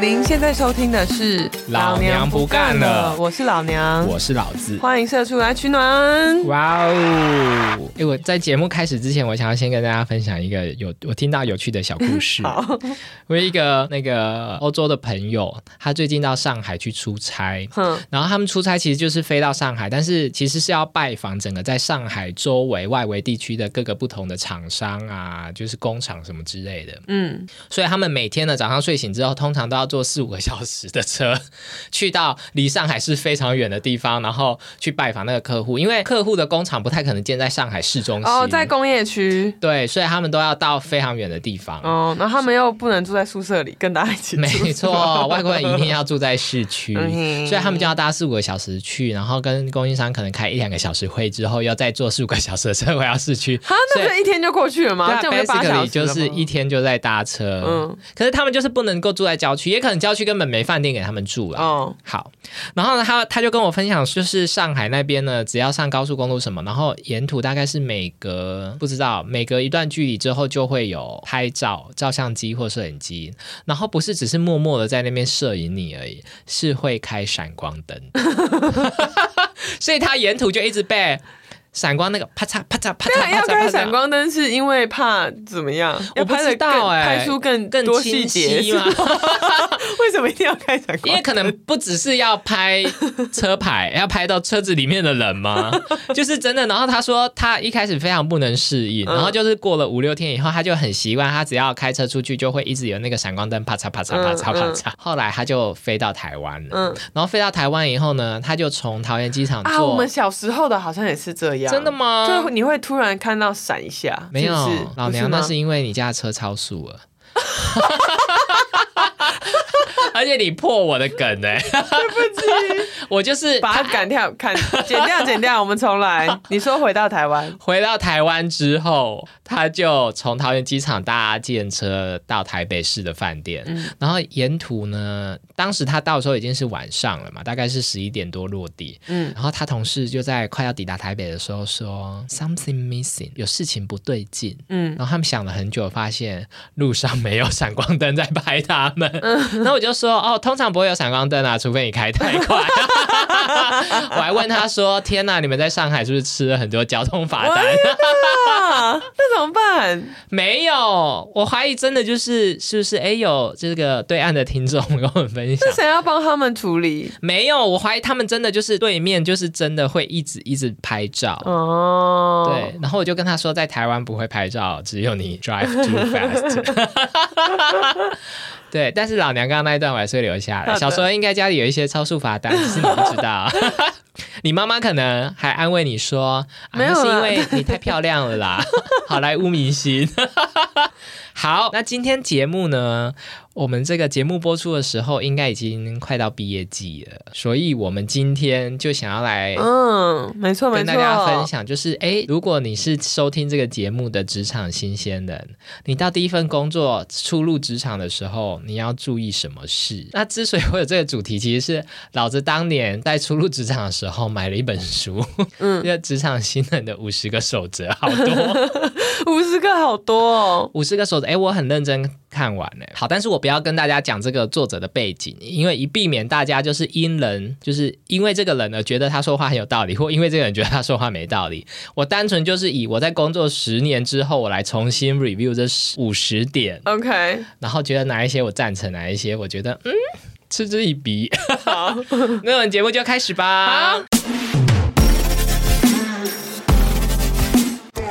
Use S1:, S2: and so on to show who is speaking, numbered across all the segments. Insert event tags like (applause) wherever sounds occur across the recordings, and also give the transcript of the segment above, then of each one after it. S1: 您现在收听的是《
S2: 老娘不干了
S1: 我是老娘，
S2: 我是嗯老子。
S1: 欢迎社畜来取暖。
S2: 啊哇哦！哎，我在节目开始之前，我想要先跟大家分享一个有我听到有趣的小故事。
S1: (laughs) 好，
S2: 我有一个那个欧洲的朋友，他最近到上海去出差，
S1: 哼，
S2: 然后他们出差其实就是飞到上海，但是其实是要拜访整个在上海周围外围地区的各个不同的厂商啊，就是工厂什么之类的。
S1: 嗯，
S2: 所以他们每天呢早上睡醒之后，通常都要坐四五个小时的车， (laughs) 去到离上海市非常远的地方，然后去拜访那个客户，因为客户的工厂不太可能建在上海市中心。
S1: 哦，在工业区，
S2: 对，所以他们都要到非常远的地方。
S1: 哦，然后他们又不能住在宿舍里，跟大家一起住，
S2: (laughs) 没错，外国人一定要住在市区，
S1: (laughs) 嗯哼
S2: 所以他们就要搭四五个小时去，然后跟供应商可能开一两个小时会之后，要再坐四五个小时的车回到市区。
S1: (laughs) 哈，那不
S2: 所
S1: 是一天就过去了吗？这
S2: 对
S1: 样
S2: 啊
S1: 不就八小
S2: ，basically
S1: 时
S2: 就是一天就在搭车，
S1: 嗯
S2: 嗯，可是他们就是不能够住在郊区，也可能郊区根本没饭店给他们住啊。
S1: 哦，
S2: 好，然后呢，他他就跟我分享，就是上海那边呢，只要上高速公路什么，然后沿途大概是每隔不知道每隔一段距离之后，就会有拍照照相机或摄影机，然后不是只是默默的在那边摄影你而已，是会开闪光
S1: (laughs)
S2: 灯，所以他沿途就一直被闪光那个啪嚓啪嚓啪嚓
S1: 但
S2: 啪
S1: 哎要
S2: 嚓啪
S1: 开
S2: 嚓
S1: 闪光灯是因为怕怎么样？要
S2: 我不
S1: 拍的
S2: 知道哎
S1: 拍出更
S2: 更
S1: 多细
S2: 清
S1: 节
S2: 晰嘛。
S1: (laughs)
S2: (laughs)
S1: 为什么一定要开闪光？
S2: 因为可能不只是要拍车牌，要拍到车子里面的人 (laughs) 吗？就是真的。然后他说他一开始非常不能适应，
S1: 嗯
S2: 然后就是过了五六天以后，他就很习惯，他只要开车出去就会一直有那个闪光灯啪嚓啪嚓啪嚓啪嚓。嗯后来他就飞到台湾了，
S1: 嗯
S2: 然后飞到台湾以后呢，他就从桃园机场
S1: 啊，我
S2: 坐。
S1: 们小时候的好像也是这样，
S2: 真的吗？
S1: 就你会突然看到闪一下，
S2: 没有，
S1: 是不是
S2: 老娘
S1: 不
S2: 那
S1: 吗
S2: 是因为你家的车超速了。 (laughs) 而且你破我的梗哎、对不起，我就
S1: (laughs)
S2: 是
S1: 把它赶掉，看剪掉，剪掉，我们重来。你说回到台湾，
S2: 回到台湾之后，他就从桃园机场搭电车到台北市的饭店，
S1: 嗯
S2: 然后沿途呢，当时他到的时候已经是晚上了嘛，大概是十一点多落地，
S1: 嗯
S2: 嗯，然后他同事就在快要抵达台北的时候说 something missing，有事情不对劲，
S1: 嗯
S2: 然后他们想了很久，发现路上没有闪光灯在拍他们。
S1: 嗯
S2: (laughs) 然后我就说，哦，通常不会有闪光灯啊，除非你开太快。 (laughs) 我还问他说，天哪，你们在上海是不是吃了很多交通罚单？
S1: (laughs) 啊，那怎么办？
S2: (laughs) 没有，我怀疑真的就是是不是？哎，有这个对岸的听众跟我们分享
S1: 那。谁要帮他们处理？
S2: 没有，我怀疑他们真的就是对面，就是真的会一直一直拍照。
S1: 哦，
S2: 对，，然后我就跟他说，在台湾不会拍照，只有你 drive too
S1: (laughs)
S2: fast。对，但是老娘刚刚那一段我还是会留下
S1: 好
S2: 来。
S1: 的
S2: 小时候应该家里有一些超速罚单，只是你不知
S1: (laughs)
S2: 道。你妈妈可能还安慰你说：“啊、
S1: 没有啦
S2: 那是因为你太漂亮了
S1: (laughs)
S2: 啦，好莱坞明星。”好，那今天节目呢，我们这个节目播出的时候，应该已经快到毕业季了，所以我们今天就想要来
S1: 嗯，没错没
S2: 跟
S1: 错
S2: 大，家分享，就是诶，如果你是收听这个节目的职场新鲜人，你到第一份工作初入职场的时候，你要注意什么事？那之所以会有这个主题，其实是老子当年在初入职场的时候买了一本书，嗯， (laughs) 叫《职场新人的五十个守则》，好多，
S1: 五十个好多哦，
S2: 五十个守则，诶，我很认真看完诶。好，但是我不要跟大家讲这个作者的背景，因为以避免大家就是因人，就是因为这个人而觉得他说话很有道理， (laughs) 或因为这个人觉得他说话没道理。我单纯就是以我在工作十年之后，我来重新 review 这五十点，
S1: OK，
S2: 然后觉得哪一些我赞成，哪一些我觉得嗯嗤之以鼻。
S1: 好，
S2: (laughs) 那我们节目就开始吧。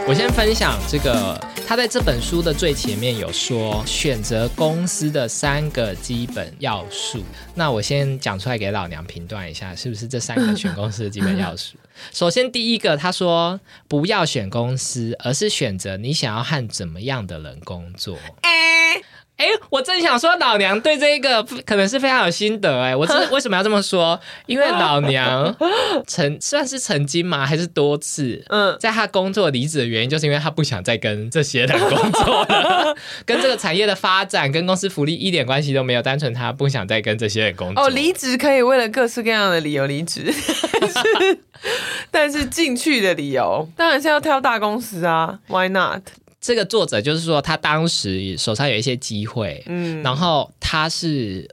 S2: 我先分享这个，他在这本书的最前面有说选择公司的三个基本要素。那我先讲出来给老娘评断一下，是不是这三个选公司的基本要素？首先第一个，他说不要选公司，而是选择你想要和怎么样的人工作。
S1: 哎，
S2: 哎，我正想说，老娘对这一个可能是非常有心得哎、
S1: (laughs)
S2: 我这为什么要这么说？因为老娘曾算是曾经嘛，还是多次，
S1: 嗯
S2: 在她工作离职的原因，就是因为她不想再跟这些人工作
S1: (laughs)
S2: 了，跟这个产业的发展、跟公司福利一点关系都没有，单纯她不想再跟这些人工作。
S1: 哦，离职可以为了各式各样的理由离职， (laughs) 但是但是进去的理由当然是要挑大公司啊，Why not？
S2: 这个作者就是说，他当时手上有一些机会，
S1: 嗯，
S2: 然后他是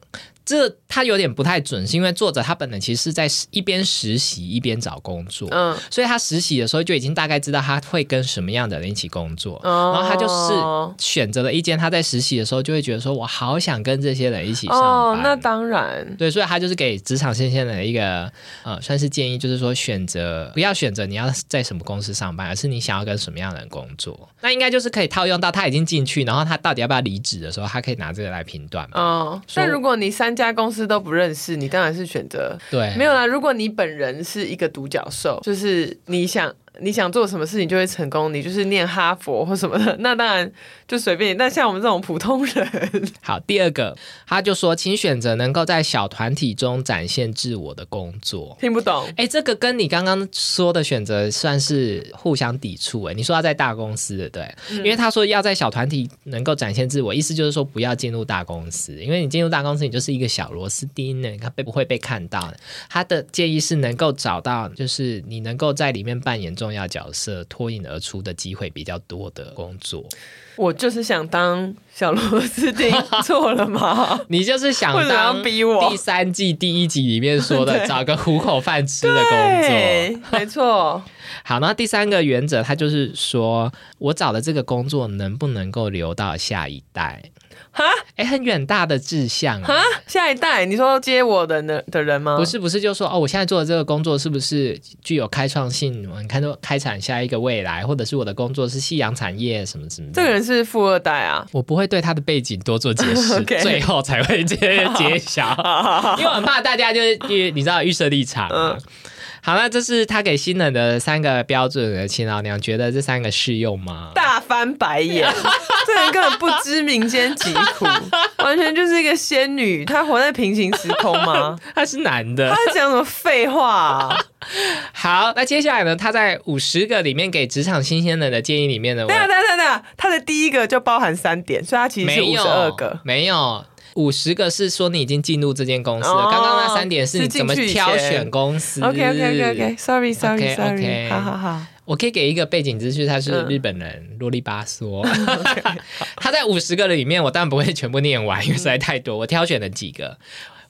S2: 这他有点不太准，是因为作者他本人其实是在一边实习一边找工作，
S1: 嗯，
S2: 所以他实习的时候就已经大概知道他会跟什么样的人一起工作，
S1: 然
S2: 然后他就是选择了一间他在实习的时候就会觉得说，我好想跟这些人一起上班。
S1: 哦，那当然，
S2: 对，所以他就是给职场新鲜人的一个呃，算是建议，就是说选择不要选择你要在什么公司上班，而是你想要跟什么样的人工作。那应该就是可以套用到他已经进去，然后他到底要不要离职的时候，他可以拿这个来评断嘛。
S1: 哦，
S2: 所以
S1: 那如果你三家公司都不认识，你当然是选择
S2: 对，
S1: 没有啦。如果你本人是一个独角兽，就是你想你想做什么事情就会成功，你就是念哈佛或什么的，那当然就随便你。但像我们这种普通人，
S2: 好，第二个，他就说，请选择能够在小团体中展现自我的工作。
S1: 听不懂。
S2: 哎，这个跟你刚刚说的选择算是互相抵触哎。你说要在大公司，对不对？因
S1: 嗯
S2: 为他说要在小团体能够展现自我，意思就是说不要进入大公司，因为你进入大公司，你就是一个小螺丝钉呢，他被不会被看到的。他的建议是能够找到，就是你能够在里面扮演重要角色、脱颖而出的机会比较多的工作。
S1: 我就是想当小螺丝钉， (laughs) 错了吗？
S2: 你就是想
S1: 为什么要
S2: 当
S1: 逼我
S2: 第三季第一集里面说的，
S1: (laughs) 对
S2: 找个糊口饭吃的工作。
S1: 对，没错，
S2: 好，那第三个原则，他就是说我找的这个工作能不能够留到下一代？
S1: 哈
S2: 哎，很远大的志向、啊。
S1: 哈，下一代，你说接我的呢的人吗？
S2: 不，是不是，就说哦，我现在做的这个工作是不是具有开创性？我们看到开展下一个未来，或者是我的工作是夕阳产业什么什么的。
S1: 这个人是富二代
S2: (laughs)
S1: 啊。
S2: 我不会对他的背景多做解释
S1: (laughs) OK
S2: 最后才会揭揭晓，因为我很怕大家就是你你知道预设立场、
S1: (laughs)
S2: 啊。
S1: 嗯
S2: 好，那这是他给新人的三个标准的青老娘，觉得这三个适
S1: (laughs)
S2: 用吗？
S1: 大翻白 (laughs) 眼，这人根本不知民间疾苦，完全就是一个仙女，她活在平行时空 (laughs) 吗？
S2: 他是男的
S1: 她。在讲什么废话、 (laughs) 啊？
S2: 好，那接下来呢？他在五十个里面给职场新鲜人的建议里面呢，
S1: 等一下
S2: 我
S1: 等一下等一下，她的第一个就包含三点，所以她其实是
S2: 没
S1: 五
S2: 有
S1: 十二个。
S2: 没有。五十个是说你已经进入这间公司了，
S1: 哦
S2: 刚刚那三点是你
S1: 是进
S2: 怎么
S1: 去以
S2: 挑
S1: 前
S2: 选公司。
S1: OK OK OK OK Sorry Sorry Sorry，
S2: OK，OK
S1: 好好好，
S2: 我可以给一个背景资讯，他是
S1: 嗯
S2: 日本人，啰里
S1: (laughs)
S2: 吧嗦。他在五十个里面，我当然不会全部念完，因为实在太多。我挑选了几个，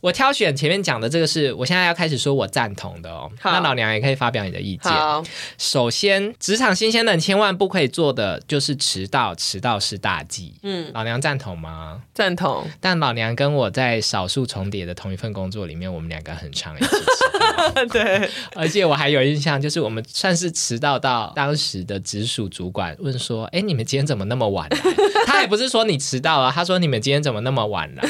S2: 我挑选前面讲的这个是我现在要开始说我赞同的哦。
S1: 好
S2: 那老娘也可以发表你的意见。
S1: 好，
S2: 首先，职场新鲜人千万不可以做的就是迟到，迟到是大忌。
S1: 嗯，
S2: 老娘赞同吗？
S1: 赞同。
S2: 但老娘跟我在少数重叠的同一份工作里面，我们两个很常一起迟到。
S1: (laughs) 对，
S2: 而且我还有印象，就是我们算是迟到到当时的直属主管问说：“哎，你们今天怎么那么晚来？” (laughs) 他也不是说你迟到啊了，他说：“你们今天怎么那么晚来？”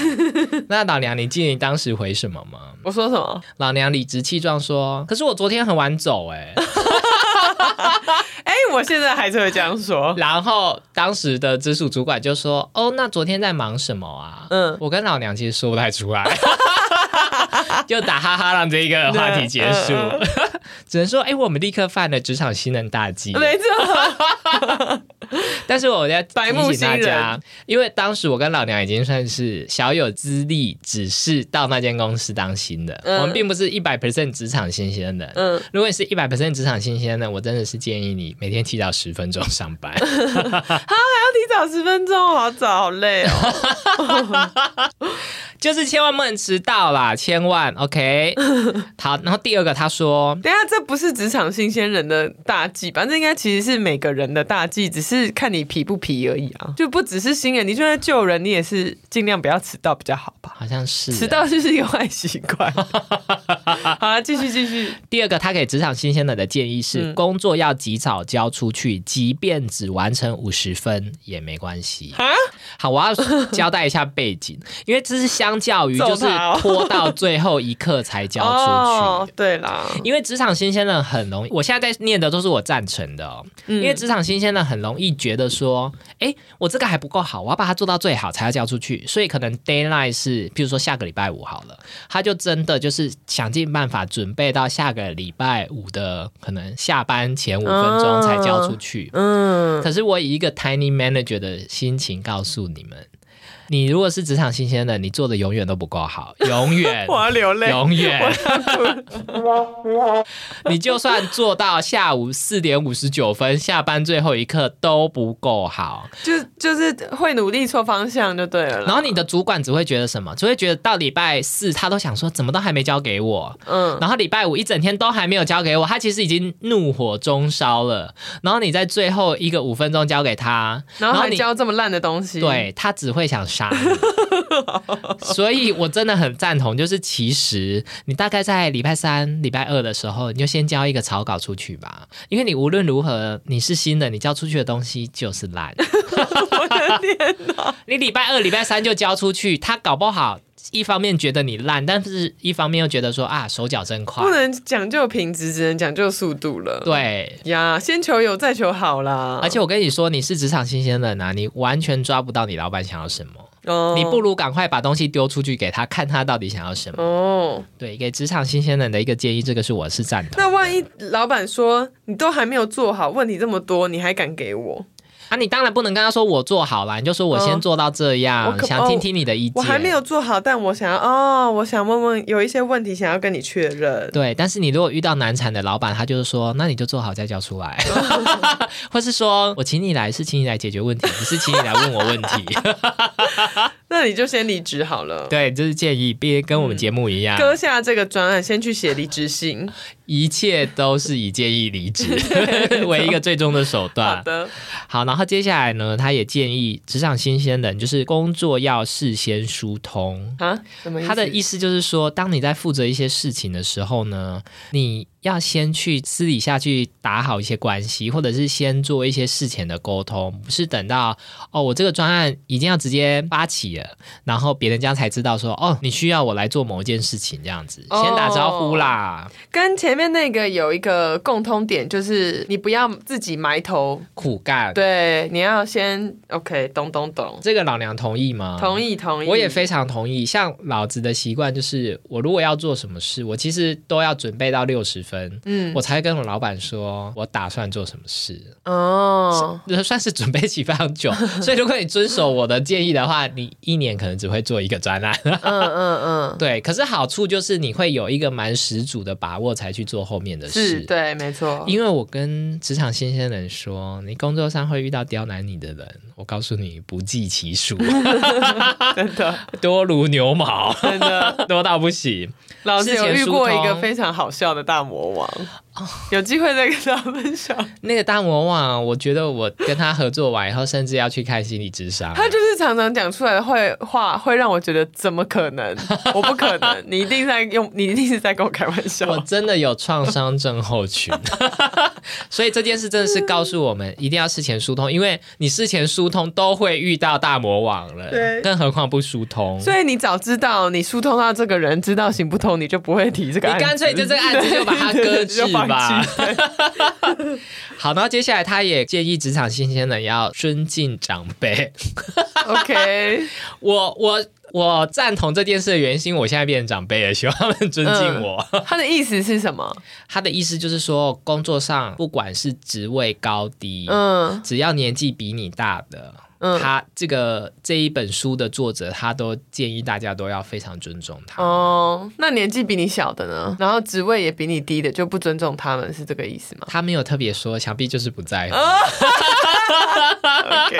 S2: 那老娘，你记得你当时回什么吗？
S1: 我说什么？
S2: 老娘理直气壮说：“可是我昨天很晚走哎、。
S1: 哎、我现在还是会这样说
S2: (laughs) 然后当时的直属主管就说：“哦，那昨天在忙什么啊？”
S1: 嗯
S2: 我跟老娘其实说不太出来， (laughs) 就打哈哈让这一个话题结束，
S1: 嗯
S2: (laughs) 只能说：“哎，我们立刻犯了职场新人大忌。”
S1: 没错，
S2: 但是我要
S1: 白目
S2: 提醒大
S1: 新
S2: 家
S1: 人，
S2: 因为当时我跟老娘已经算是小有资历，只是到那间公司当新的，
S1: 嗯
S2: 我们并不是一百 percent 职场新鲜人。
S1: (laughs) 嗯，
S2: 如果你是一百 percent 职场新鲜人，我真的是建议你每天提早十分钟上班。
S1: 提早十分钟，好早，好累哦。
S2: 就是千万不能迟到啦，千万
S1: (laughs)
S2: OK。好，然后第二个他说，
S1: 等一下，这不是职场新鲜人的大忌吧？这应该其实是每个人的大忌，只是看你皮不皮而已啊。就不只是新人，你就算救人，你也是尽量不要迟到比较好吧。
S2: 好像是啊
S1: 迟。到就是一个坏习 (laughs) 惯。好了，继续继续。
S2: 第二个，他给职场新鲜人的建议是，
S1: 嗯
S2: 工作要及早交出去，即便只完成五十分也没关系。
S1: 啊，
S2: 好，我要交代一下背景，因为这是相较于就是
S1: 揍他哦
S2: 拖到最后一刻才交出
S1: (laughs)
S2: 去。
S1: 哦，对啦，
S2: 因为职场新鲜人很容易，我现在在念的都是我赞成的哦。因为职场新鲜人很容易觉得说，哎，我这个还不够好，我要把它做到最好才要交出去。所以可能 d a y l i g h t 是，譬如说下个礼拜五好了，他就真的就是想尽办法准备到下个礼拜五的可能下班前五分钟才交出去。
S1: 嗯，
S2: 可是我以一个 tiny manager 的心情告诉你们，你如果是职场新鲜人，你做的永远都不够好，
S1: (laughs)
S2: 永远
S1: 我要流泪，
S2: 永远
S1: 我要哭。
S2: (laughs) 你就算做到下午四点五十九分，下班最后一刻都不够好。
S1: 就就是会努力错方向就对了啦。
S2: 然后你的主管只会觉得什么？只会觉得到礼拜四他都想说，怎么都还没交给我。
S1: 嗯，
S2: 然后礼拜五一整天都还没有交给我，他其实已经怒火中烧了。然后你在最后一个五分钟交给他，
S1: 然后还
S2: 你
S1: 教这么烂的东西，，
S2: 对他只会想杀你。 (laughs) 所以，我真的很赞同，就是其实你大概在礼拜三、礼拜二的时候，你就先交一个草稿出去吧，因为你无论如何你是新的，你交出去的东西就是烂。 (laughs) 你礼拜二、礼拜三就交出去，他搞不好一方面觉得你烂，但是一方面又觉得说啊手脚真快
S1: 不。能讲究品质，只能讲究速度了。
S2: 对，
S1: 呀，先求有再求好啦。
S2: 而且我跟你说，你是职场新鲜人啊，你完全抓不到你老板想要什么，
S1: 哦，
S2: 你不如赶快把东西丢出去给他，看他到底想要什么。
S1: 哦，
S2: 对，给职场新鲜人的一个建议，这个是我是赞同。
S1: 那万一老板说你都还没有做好，问题这么多，你还敢给我？
S2: 啊，你当然不能跟他说我做好了，你就说我先
S1: 嗯
S2: 做到这样，
S1: 我可哦
S2: 想听听你的意见。
S1: 我还没。有做好，但我想要哦，我想问问有一些问题想要跟你确认。
S2: 对，但是你如果遇到难产的老板，他就是说，那你就做好再交出来，
S1: (laughs)
S2: (laughs) 或是说我请你来是请你来解决问题，不是请你来问我问题。 (laughs)
S1: 那你就先离职好了，
S2: 对，啊这是建议，别跟我们节目一样，
S1: 嗯割下这个专案，先去写离职信。
S2: 一切都是以建议离职
S1: (laughs)
S2: (laughs) 为一个最终的手段。
S1: 好的，
S2: 好，然后接下来呢，他也建议职场新鲜人，就是工作要事先疏通。
S1: 啊，什么意思？
S2: 他的意思就是说，当你在负责一些事情的时候呢，你要先去私底下去打好一些关系，或者是先做一些事前的沟通，不是等到哦，我这个专案已经要直接发起了，然后别人家才知道说哦，你需要我来做某一件事情这样子，先打招呼啦，
S1: 跟前面那个有一个共通点，就是你不要自己埋头，
S2: 苦干。
S1: 对，你要先 OK，懂懂懂，
S2: 这个老娘同意吗？
S1: 同意同意，
S2: 嗯我也非常同意。像老子的习惯就是，我如果要做什么事，我其实都要准备到六十分。
S1: 嗯
S2: 我才会跟我老板说，我打算做什么事， (laughs)
S1: 哦，
S2: 就算是准备期非常
S1: (laughs)
S2: 久。所以，如果你遵守我的建议的话，你一年可能只会做一个专案。 (laughs)
S1: 嗯嗯嗯，
S2: 对，可是好处就是你会有一个蛮十足的把握，才去做后面的
S1: 是
S2: 事。
S1: 对，没错，
S2: 因为我跟职场新鲜人说，你工作上会遇到刁难你的人，我告诉你不计其数，
S1: (laughs) 真的
S2: (laughs) 多如牛毛，
S1: 真的，
S2: (laughs) 多到不行。
S1: 老师有遇过一
S2: 之前疏
S1: 个
S2: 通
S1: 非常好笑的大魔王，有机会再跟大家分享。
S2: 那个大魔王，我觉得我跟他合作完以后，甚至要去看心理智商。
S1: (laughs) 他就是常常讲出来的会话，会让我觉得怎么可 (laughs) 能？我不可能，你一定在用，你一定是在跟我开玩笑。
S2: 我真的有创伤症候群， (laughs) 所以这件事真的是告诉我们，一定要事前疏通，因为你事前疏通都会遇到大魔王了，
S1: 对
S2: 更何况不疏通。
S1: 所以你早知道你疏通到这个人，知道行不通，你就不会提这个
S2: 你
S1: 案子。
S2: 干脆就这个案子就把它
S1: (laughs)
S2: 搁置
S1: 就放弃
S2: 吧。好，然后接下来他也建议职场新鲜人要尊敬长辈。
S1: OK，
S2: 我我我赞同这件事的原因，是因为我现在变成长辈了，希望他们尊敬
S1: 嗯
S2: 我。
S1: 他的意思是什么？
S2: 他的意思就是说，工作上不管是职位高低，
S1: 嗯
S2: 只要年纪比你大的，
S1: 嗯，
S2: 他这个这一本书的作者，他都建议大家都要非常尊重他。
S1: 哦，那年纪比你小的呢，然后职位也比你低的，就不尊重他们，是这个意思吗
S2: 他没有特别说，想必就是不在乎。
S1: 哦？OK，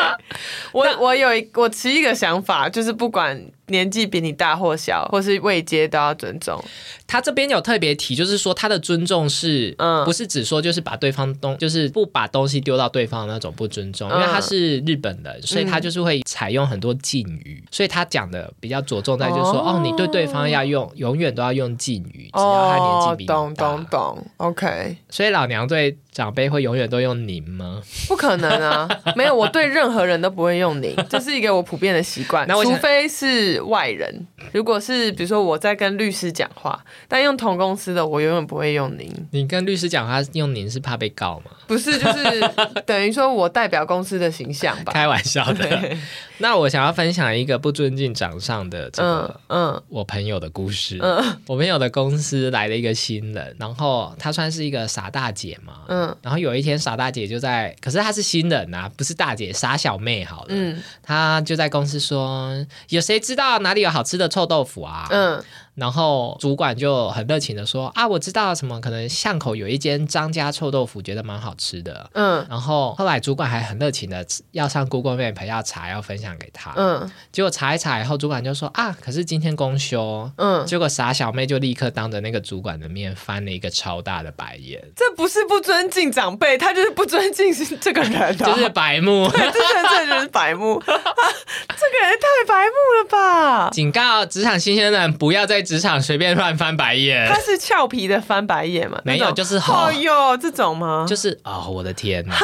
S1: 我 (laughs) 我有一我持一个想法，就是不管年纪比你大或小，或是未接都要尊重。
S2: 他这边有特别提，就是说他的尊重是，
S1: 嗯
S2: 不是只说就是把对方东，就是不把东西丢到对方的那种不尊重，因为
S1: 嗯
S2: 他是日本人，所以他就是会采用很多敬语，所以他讲的比较着重在就是说，哦
S1: 哦
S2: 你对对方要用，永远都要用敬语，只要他年纪比你大。
S1: 哦懂懂懂，OK，
S2: 所以老娘对长辈会永远都用您吗？
S1: 不可能
S2: (laughs)
S1: 啊，没有，我对任何人都不会用您，这是一个我普遍的习惯。
S2: 那我想
S1: 除非是外人，如果是比如说我在跟律师讲话，但用同公司的，我永远不会用您。
S2: 你跟律师讲话用您是怕被告吗？
S1: 不是，就是
S2: (laughs)
S1: 等于说我代表公司的形象吧。
S2: 开玩笑
S1: (laughs)
S2: 的。那我想要分享一个不尊敬长上的这个
S1: 嗯嗯
S2: 我朋友的故事。
S1: 嗯
S2: (laughs) 我朋友的公司来了一个新人，然后她算是一个傻大姐嘛，
S1: 嗯嗯
S2: 然后有一天傻大姐就在，可是她是新人啊，不是大姐，傻小妹好了，
S1: 嗯
S2: 她就在公司说，有谁知道哪里有好吃的臭豆腐啊？
S1: 嗯
S2: 然后主管就很热情的说啊，我知道什么，可能巷口有一间张家臭豆腐，觉得蛮好吃的。
S1: 嗯
S2: 然后后来主管还很热情的要上 Google Map 要查要分享给他，
S1: 嗯
S2: 结果查一查以后，主管就说啊，可是今天公休。
S1: 嗯，
S2: 结果傻小妹就立刻当着那个主管的面翻了一个超大的白 (laughs) 眼，
S1: 这不是不尊敬长辈，他就是不尊敬是这个人啊，
S2: 就是白目。
S1: (laughs) 对，这个这就是白
S2: (laughs)
S1: 目，啊这个人太白目了吧？
S2: 警告职场新鲜人，不要在职场随便乱翻白眼
S1: 他。
S2: (laughs)
S1: 是俏皮的翻白眼嘛？
S2: 没有
S1: 那种
S2: 就是吼
S1: 哦哟这种吗？
S2: 就是哦，我的天呐！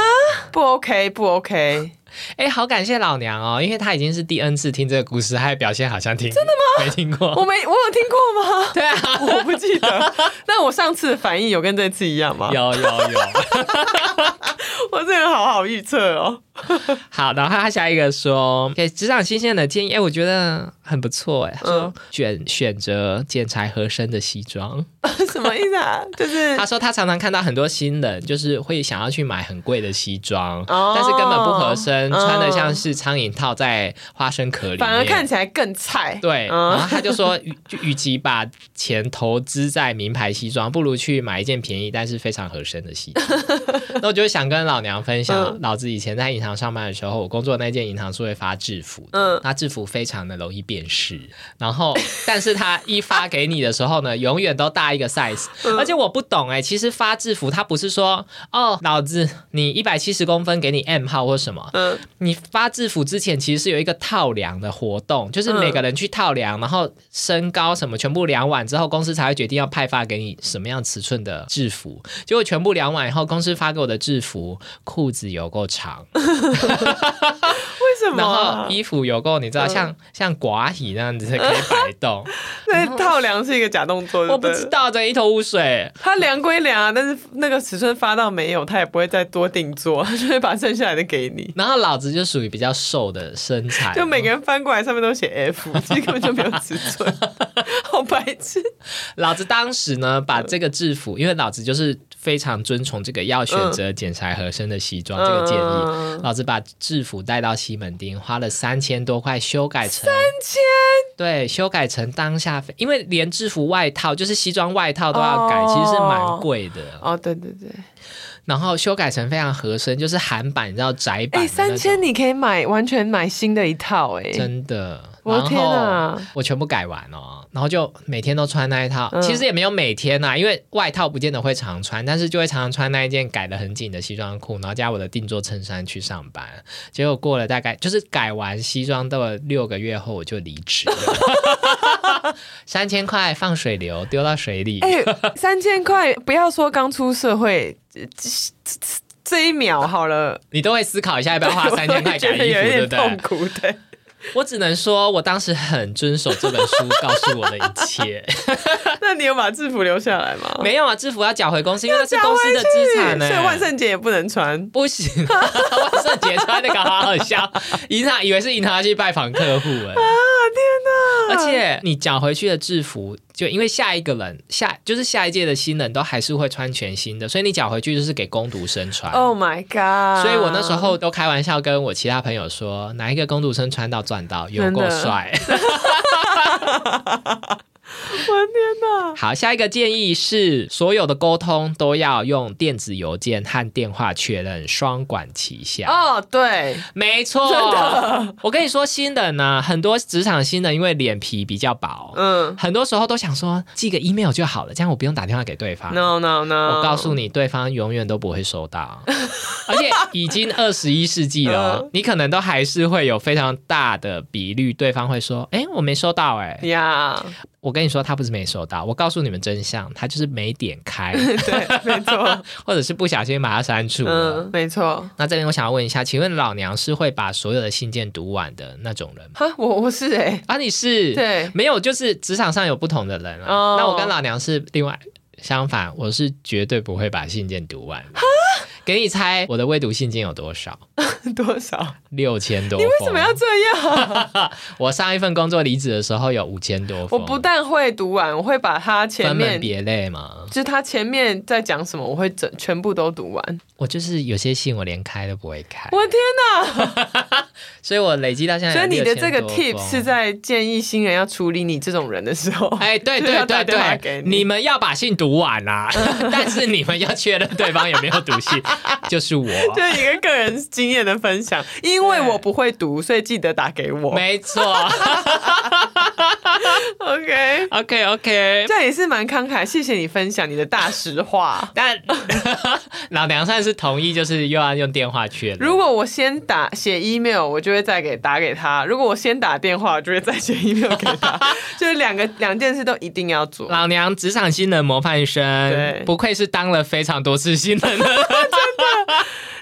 S1: 不 OK 不
S2: (laughs)
S1: OK，
S2: 哎，好感谢老娘哦，因为她已经是第 N 次听这个故事，她还表现好像听真的吗？没听 (laughs)
S1: 我
S2: 过。
S1: 没我有听过吗？
S2: 对啊，
S1: 我不记
S2: (laughs)
S1: 得。那我上次的反应有跟这次一样吗？
S2: 有有有。
S1: 我这个人好好预测
S2: (laughs)
S1: 哦。
S2: 好，然后他下一个说给职场新鲜人的建议，哎，我觉得很不错哎。他说
S1: 嗯
S2: 选选择剪裁合身的西装。
S1: 什么意思啊？就是
S2: 他说他常常看到很多新人，就是会想要去买很贵的西装，
S1: 哦
S2: 但是根本不合身，
S1: 嗯
S2: 穿的像是苍蝇套在花生壳里面。
S1: 反而看起来更菜。
S2: 对，
S1: 嗯
S2: 然后他就说，与 (laughs) 就与其把钱投资在名牌西装，不如去买一件便宜但是非常合身的
S1: (laughs)
S2: 西装。那我就想跟老娘分享，
S1: 嗯
S2: 老子以前在银行上班的时候，我工作的那间银行是会发制服的，
S1: 嗯
S2: 那制服非常的容易辨识，然后 (laughs) 但是他一发给你的时候呢， (laughs) 永远都大一个 size，、而
S1: 嗯
S2: 且我不懂哎、其实发制服它不是说哦，老子你一百七十公分给你 M 号或什么，
S1: 嗯
S2: 你发制服之前，其实是有一个套量的活动，就是 (laughs) 每个人去套量，然后身高什么全部量完之后，公司才会决定要派发给你什么样尺寸的制服。结果全部量完以后，公司发给我的制服裤子有够 (laughs) 长，
S1: 为什么
S2: 然
S1: 啊
S2: 后？衣服有够，你知道像像寡体那样子可以摆动，
S1: 那套量是一个假动作，
S2: (laughs) 我不知。道，这一头雾水。
S1: 他量归量啊，但是那个尺寸发到没有，他也不会再多定做， (laughs) 他就会把剩下来的给你。
S2: 然后老子就属于比较瘦的身材，
S1: 就每个人翻过来上面都写
S2: (laughs)
S1: F，其实根本就没有尺寸， (laughs) 好白痴。
S2: 老子当时呢，把这个制服，因为老子就是非常遵从这个要选择剪裁合身的西装这个建议，
S1: 嗯
S2: 老子把制服带到西门町，花了三千多块修改成三
S1: 千，
S2: 对，修改成当下费，因为连制服外套就是西装外套都要改，
S1: 哦
S2: 其实是蛮贵的。
S1: 哦，对对对，
S2: 然后修改成非常合身，就是韩版，你知道窄
S1: 哎、
S2: 版的那
S1: 三
S2: 种
S1: 千你可以买完全买新的一套、哎，
S2: 真的。
S1: 我
S2: 然
S1: 的天啊
S2: 后我全部改完哦，然后就每天都穿那一套。
S1: 嗯
S2: 其实也没有每天啊呐、因为外套不见得会常穿，但是就会常常穿那一件改的很紧的西装裤，然后加我的定做衬衫去上班。结果过了大概就是改完西装的六个月后，我就离职了。
S1: (laughs)
S2: 三千块放水流丢到水里，
S1: 哎、三千块，不要说刚出社会，这这这一秒好了，
S2: 你都会思考一下要不
S1: (laughs)
S2: 要花三千块
S1: 我
S2: 改
S1: 觉
S2: 衣
S1: 得有一
S2: 服，对不
S1: 点痛
S2: 对？
S1: 苦，对。
S2: 我只能说我当时很遵守这本书告诉我的一切。
S1: (laughs) 那你有把制服留下来吗？ (laughs)
S2: 没有啊，制服要缴回公司，因为那是公司的资产呢、
S1: 所以万圣节也不能穿。
S2: 不行，万圣节穿那个好好笑， (laughs) 银行以为是银行要去拜访客户哎、啊天哪！而且你缴回去的制服，就因为下一个人下就是下一届的新人都还是会穿全新的，所以你缴回去就是给工读生穿。
S1: Oh my god！
S2: 哎所以我那时
S1: 嗯
S2: 候都开玩笑跟我其他朋友说，哪一个工读生穿到赚到，有够
S1: 真的 (laughs)
S2: 帅。
S1: 我的天哪，
S2: (laughs) 好，下一个建议是，所有的沟通都要用电子邮件和电话确认，双管齐下。
S1: 哦、对，
S2: 没错，我跟你说，新人呢、很多职场新人因为脸皮比较薄，
S1: 嗯
S2: 很多时候都想说寄个 email 就好了，这样我不用打电话给对方。
S1: ，no no no，
S2: 啊我告诉你，对方永远都不会收到， (laughs) 而且已经二十一世纪了哦，你可能都还是会有非常大的比率，对方会说：“哎、我没收到、诶哎，
S1: 嗯呀
S2: 我跟你说，他不是没收到，我告诉你们真相，他就是没点开，
S1: (laughs)
S2: (laughs)
S1: 对，没错，
S2: 或者是不小心把它删除了。
S1: 嗯，没错。
S2: 那这边我想要问一下，请问老娘是会把所有的信件读完的那种人吗？
S1: 哈，我我是哎、
S2: 啊，你是
S1: 对
S2: 没有，就是职场上有不同的人啊。
S1: 哦
S2: 那我跟老娘是另外相反，我是绝对不会把信件读完的。给你猜我的未读信件有多少？
S1: 多少？
S2: 六千多
S1: 你
S2: 封。
S1: 为什么要这样？
S2: 我上一份工作离职的时候有五千多
S1: 我
S2: 封，
S1: 不但会读完，我会把它前
S2: 分门
S1: 面，
S2: 别类嘛。
S1: 就是它前面在讲什么，我会整全部都读完。
S2: 我就是有些信我连开都不会开，
S1: 我的天
S2: 所以我累积到现
S1: 哪！
S2: 在。
S1: 所以你的这个 tip 是。在建议新人要处理你这种人的时候，
S2: 哎，
S1: (laughs)
S2: 对
S1: 就是
S2: 对
S1: 要打
S2: 对
S1: 电话给
S2: 对，
S1: 你
S2: 你们要把信读完
S1: (laughs)
S2: 啦、但是你们要确认对方有没有读信，就是我，
S1: 就是一个个人经验的分
S2: (laughs)
S1: 享。因为我不会读，所以记得打给我。
S2: 没错。
S1: OK，
S2: OK OK，
S1: 这也是蛮慷慨，谢谢你分享你的大实话。
S2: 但 (laughs) 老娘算是同意，就是又要用电话确认。
S1: 如果我先打写 email，我就会再给打给他；如果我先打电话，我就会再写 email 给
S2: (laughs)
S1: 他。就是两个两件事都一定要做。
S2: 老娘职场新人模范
S1: 对
S2: 生，不愧是当了非常多次新人的。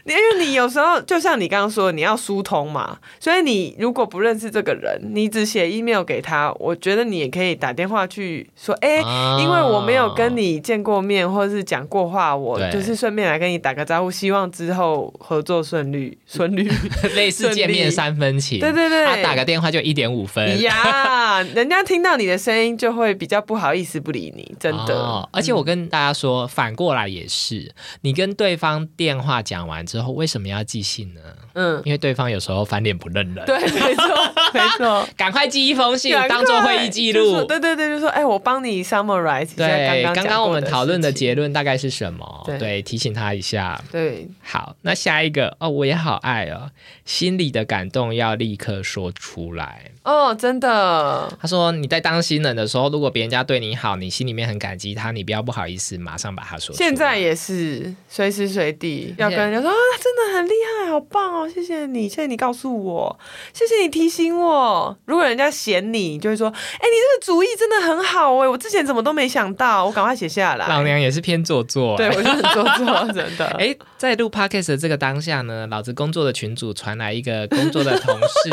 S1: 你因为你有时候就像你刚刚说，你要疏通嘛，所以你如果不认识这个人，你只写 email 给他，我觉得你也可以打电话去说，哎、
S2: 啊
S1: (laughs) 因为我没有跟你见过面或是讲过话，我
S2: 对
S1: 就是顺便来跟你打个招呼，希望之后合作顺
S2: (laughs)
S1: 利，顺利。
S2: 哦类似见面三分情，
S1: 对对对
S2: 他打个电话就一点五分，
S1: 呀，人家听到你的声音就会比较不好意思不理你，真的。嗯
S2: 哦而且我跟大家说，反过来也是，你跟对方电话讲完之后，为什么要寄信呢？
S1: 嗯，
S2: 因为对方有时候翻脸不认人， (laughs)
S1: 对，没错，没错。
S2: 赶快寄一封信
S1: 赶快
S2: 当做会议记
S1: 就说
S2: 录。
S1: 对对对，就说哎、我帮你 summarize 一下
S2: 对，
S1: 刚
S2: 刚
S1: 讲
S2: 刚我
S1: 过
S2: 们讨论的
S1: 事情
S2: 结论大概是什么？
S1: 对
S2: 对，提醒他一下。
S1: 对，
S2: 好，那下一个哦，我也好爱哦，心里的感动要立刻说出来。
S1: 哦，真的，
S2: 他说你在当新人的时候，如果别人家对你好，你心里面很感激他，你不要不好意思，马上把他说出来。
S1: 现在也是随时随地要跟人家说啊，真的很厉害，好棒哦，谢谢你，谢谢你告诉我，谢谢你提醒我。如果人家嫌你，你就会说，哎，你这个主意真的很好哎，我之前怎么都没想到，我赶快写下
S2: 老
S1: 来。
S2: 娘也是偏做作、
S1: 对，我就很做作，真 (laughs) 的。
S2: 哎，在录 podcast 的这个当下呢，老子工作的群组传来一个工作的同
S1: (laughs)
S2: 事，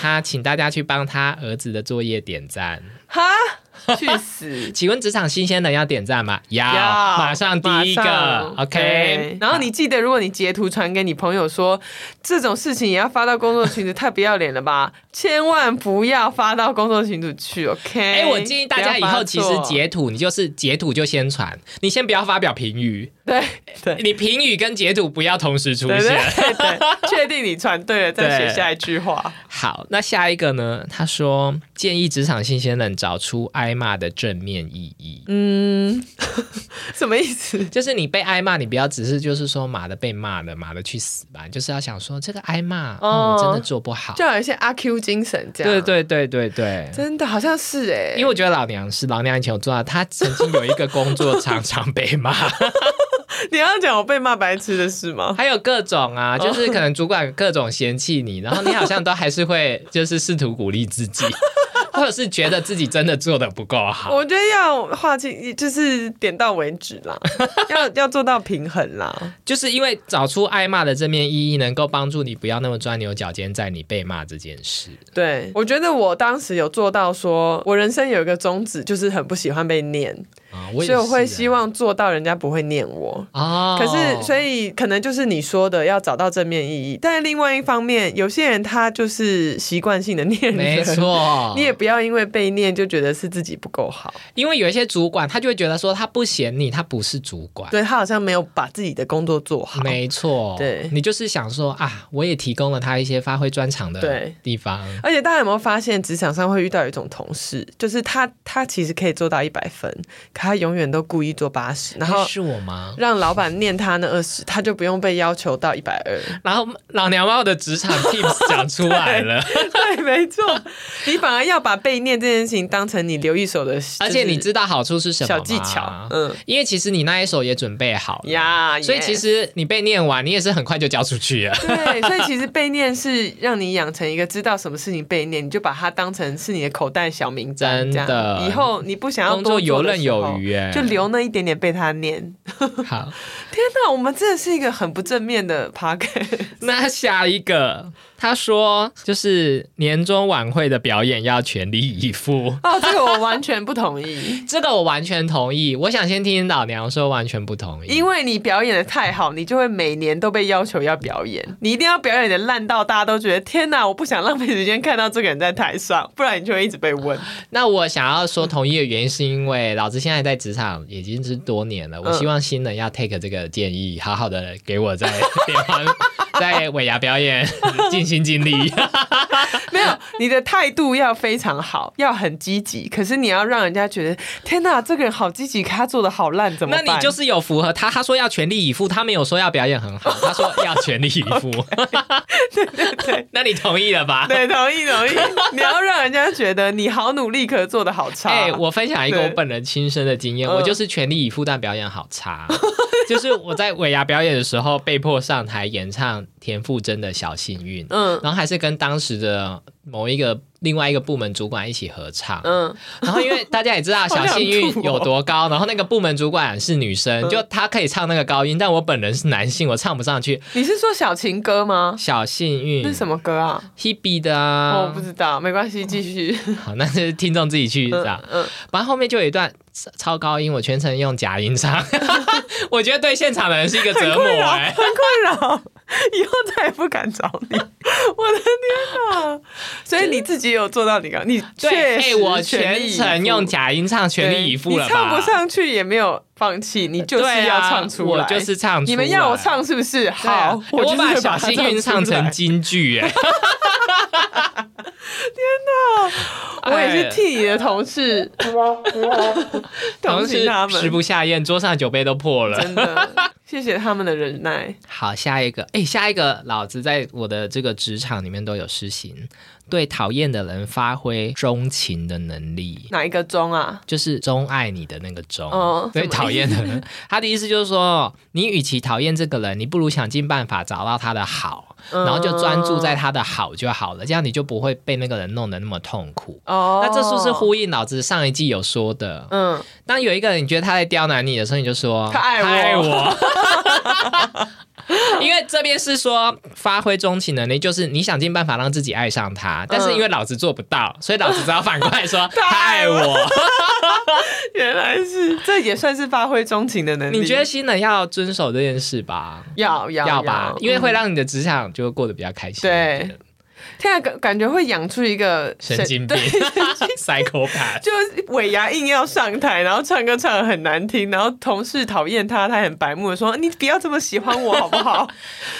S2: 他请大家去帮他儿子的作业点赞。！
S1: 哈， (laughs) 去死
S2: 请问职场新鲜人要点赞吗？要，
S1: 要
S2: 马上第一
S1: 马
S2: 个
S1: 上对
S2: ，OK。
S1: 然后你记得，如果你截图传给你朋友说这种事情也要发到工作群组，太不要脸了
S2: (laughs)
S1: 吧！千万不要发到工作群组去，OK？
S2: 哎、我建议大家以后其实
S1: 不要发错
S2: 截图，你就是截图就先传，你先不要发表评语，
S1: 对对
S2: (laughs) 你评语跟截图不要同时出
S1: 对
S2: 现。
S1: 对对，确定你传对了，再写
S2: 对
S1: 下一句话。
S2: (laughs) 好，那下一个呢？他说建议职场新鲜人找出挨骂的正面意义。
S1: 嗯，什么意思？
S2: 就是你被挨骂，你不要只是就是说妈的被骂了，妈的去死吧，你就是要想说这个挨骂，
S1: 哦
S2: 哦，我真的做不好。
S1: 就有一些阿 Q 精神这样。
S2: 对，对对对对。
S1: 真的好像是哎、
S2: 因为我觉得老娘是老娘以前有做到，她曾经有一个工作常常被骂，
S1: 你要讲我被骂白痴的事吗？
S2: (laughs) 还有各种啊，就是可能主管各种嫌弃你，然后你好像都还是会就是试图鼓励自 (laughs) 己，或者是觉得自己真的做的不够好。
S1: 我觉得要划清，就是点到为止
S2: (laughs)
S1: 啦，要要做到平衡啦。
S2: 就是因为找出挨骂的正面意义，能够帮助你不要那么钻牛角尖，在你被骂这件事。
S1: 对，我觉得我当时有做到说，我人生有一个宗旨，就是很不喜欢被念，
S2: 啊，我也
S1: 所以我会
S2: 是啊
S1: 希望做到人家不会念我。
S2: 哦，
S1: 可是，所以可能就是你说的要找到正面意义，但是另外一方面，有些人他就是习惯性的念人，
S2: 没，错，
S1: (laughs) 你也不要因为被念就觉得是自己不够好，
S2: 因为有一些主管，他就会觉得说他不嫌你，他不是主管。
S1: 对他好像没有把自己的工作做好。
S2: 没错，
S1: 对
S2: 你就是想说啊，我也提供了他一些发挥专长的
S1: 对
S2: 地方，
S1: 而且大家有没有发现，职场上会遇到有一种同事，就是他他其实可以做到一百分，可他永远都故意做八十，然后
S2: 诶是我吗？
S1: 让老板念他那二十，他就不用被要求到一百二。 (laughs)
S2: 然后老娘把我的 (laughs) 职场 tips 讲出来了，
S1: 对，没错，你反而要把被念这件事情当成你留一手的，
S2: 而且
S1: 就
S2: 你
S1: 是
S2: 知道好处是什么
S1: 小
S2: 吗
S1: 技巧，嗯
S2: 因为其实你那一手也准备好了，
S1: 呀，
S2: 所以其
S1: yes。
S2: 实你被念完，你也是很快就交出去 (laughs) 了。
S1: 对，所以其实被念是让你养成一个知道什么事情被念，你就把它当成是你的口袋小名单，
S2: 真的
S1: 这样以后你不想要
S2: 工作
S1: 多做
S2: 游
S1: 的
S2: 刃
S1: 时
S2: 有
S1: 候
S2: 余哎
S1: 就留那一点点被他念。
S2: 好，
S1: (laughs) 天哪，我们真的是一个很不正面的 p o c a s t
S2: 那下一个，他说就是年终晚会的表演要全力以赴。
S1: 哦，这个我完全不同意，
S2: 这个我完全同意，我想先听听老娘说完全不同意，
S1: (laughs) 因为你表演的太好，你就会每年都被要求要表演，你一定要表演的烂到大家都觉得天哪，我不想浪费时间看到这个人在台上，不然你就会一直被 (laughs) 问。
S2: 那我想要
S1: 嗯
S2: 说同意的原因是因为老子现在在职场已经是多年
S1: 嗯
S2: 了，我希望新人要 take 这个建议，好好的给我在联欢 (laughs) 在尾牙
S1: (laughs)
S2: 表演尽心尽力。
S1: 没有，你的态度要非常好，要很积极，可是你要让人家觉得天哪，这个人好积极，可他做的好烂，怎么
S2: 那
S1: 办？
S2: 你就是有符合他，他说要全力以赴，他没有说要表演很好，他说要全力以
S1: (laughs)
S2: 赴。那你同意了吧？
S1: (laughs) 对，同意同意， (laughs) 你要让人家觉得你好努力，可是做的好 (laughs) 差。
S2: 哎、我分享一个
S1: 对
S2: 我本人亲身的经验，
S1: 嗯
S2: 我就是全力以赴，但表演好差。 (laughs) 就是我在尾牙表演的时候，被迫上台演唱田馥甄的《小幸运》，
S1: 嗯
S2: 然后还是跟当时的某一个另外一个部门主管一起合唱。
S1: 嗯，
S2: 然后因为大家也知道
S1: (laughs) 好
S2: 小
S1: 想
S2: 幸
S1: 吐哦
S2: 运有多高，然后那个部门主管是女生，
S1: 嗯
S2: 就她可以唱那个高音，但我本人是男性，我唱不上去。
S1: 你是说小情歌吗？
S2: 小幸运
S1: 这是什么歌啊？哦
S2: ？Hebe 的啊，
S1: 我不知道，没关系，继续。
S2: 好，那就是听众自己去找。
S1: 嗯，
S2: 反正后面就有一段超超高音，我全程用假音
S1: (laughs)
S2: 唱，我觉得对现场的人是一个折磨哎、
S1: 困扰，以后再也不敢找
S2: (laughs)
S1: 你。我的天哪！所以你自己有做到你刚，你
S2: 对，
S1: 确
S2: 哎、
S1: 实
S2: 我
S1: 全力
S2: 全
S1: 以赴
S2: 程用假音唱，全力以赴
S1: 对
S2: 了
S1: 你唱
S2: 吧？
S1: 不上去也没有放弃，你就是
S2: 对
S1: 要
S2: 啊
S1: 唱出来。
S2: 我就是唱出
S1: 你
S2: 来。
S1: 们要我唱是不是？
S2: 对啊，
S1: 好，
S2: 我
S1: 就是
S2: 把
S1: 会
S2: 小
S1: 它
S2: 幸运唱
S1: 出来
S2: 成京
S1: (laughs)
S2: 剧哎、
S1: 我也是替你的同事，
S2: (laughs)
S1: 同
S2: 同
S1: 情
S2: 时
S1: 他
S2: 食
S1: 们，
S2: 不下咽，桌上的酒杯都破了。
S1: 真的谢谢他们的忍耐。
S2: 好，下一个，哎、下一个，老子在我的这个职场里面都有施行，对讨厌的人发挥钟情的能力。
S1: 哪一个钟啊？
S2: 就是钟爱你的那个钟，
S1: 哦
S2: 对
S1: 什么
S2: 讨厌的人，他的意思就是说，你与其讨厌这个人，你不如想尽办法找到他的好，然后
S1: 嗯
S2: 就专注在他的好就好了，这样你就不会被那个人弄得那么痛苦。
S1: 哦，
S2: 那这是不是呼应老子上一季有说的？
S1: 嗯，
S2: 当有一个人你觉得他在刁难你的时候，你就说
S1: 他爱我
S2: 我
S1: (laughs)
S2: 因为这边是说发挥钟情能力，就是你想尽办法让自己爱上他，但
S1: 嗯
S2: 是因为老子做不到，所以老子只好反过
S1: (laughs)
S2: 来说他爱
S1: 啊
S2: 我。
S1: 原来是这也算是发挥钟情的能力。
S2: 你觉得新人要遵守这件事吧？
S1: 要要
S2: 要吧，因为会
S1: 嗯
S2: 让你的职场就过得比较开心一点。
S1: 对天啊，感感觉会养出一个
S2: 神经病 (laughs)
S1: (laughs)
S2: ，psychopath。
S1: 就是尾牙硬要上台，然后唱歌唱的很难听，然后同事讨厌他，他很白目的说：“你不要这么喜欢我好不
S2: (laughs)
S1: 好？